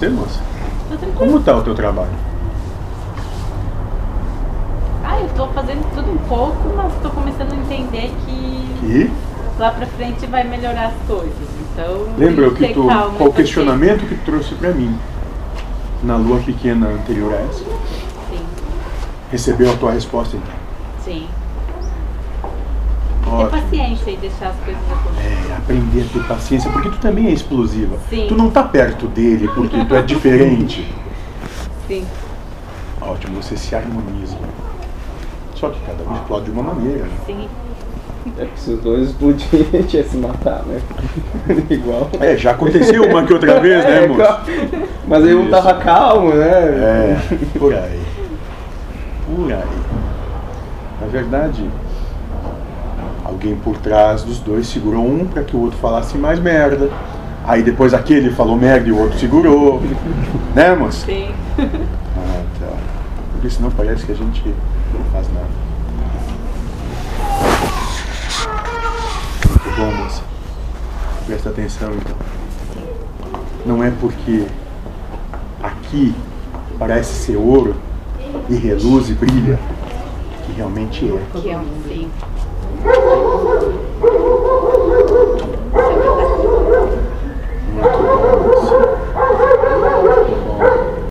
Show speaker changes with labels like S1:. S1: Você, moça?
S2: Tô tranquilo.
S1: Como tá o teu trabalho?
S2: Ah, eu tô fazendo tudo um pouco, mas tô começando a entender que
S1: E
S2: lá pra frente vai melhorar as coisas. Então,
S1: lembra
S2: tem
S1: o que
S2: ter
S1: tu,
S2: calma e
S1: qual o
S2: paciência.
S1: questionamento que tu trouxe pra mim na lua pequena anterior a essa?
S2: Sim,
S1: Recebeu a tua resposta então?
S2: sim. Ter
S1: Ótimo.
S2: paciência e deixar as coisas acontecerem.
S1: É, aprender a ter paciência, porque tu também é explosiva.
S2: Sim.
S1: Tu não tá perto dele porque tu é diferente.
S2: Sim,
S1: Ótimo, você se harmoniza. Só que cada um explode de uma maneira, né?
S2: sim.
S3: É que se os dois explodirem, a gente ia se matar, né? Igual.
S1: É, já aconteceu uma que outra vez, né,
S3: É,
S1: moça?
S3: Mas aí um
S1: Isso.
S3: tava calmo, né?
S1: É, por aí. Por aí. Na verdade, alguém por trás dos dois segurou um para que o outro falasse mais merda. Aí depois aquele falou merda e o outro segurou. Né, moça?
S2: Sim.
S1: Ah, tá. Porque senão parece que a gente não faz nada. Muito bom, moça. Presta atenção, então. Não é porque aqui parece ser ouro e reluz e brilha que realmente é.
S2: Que é um sim.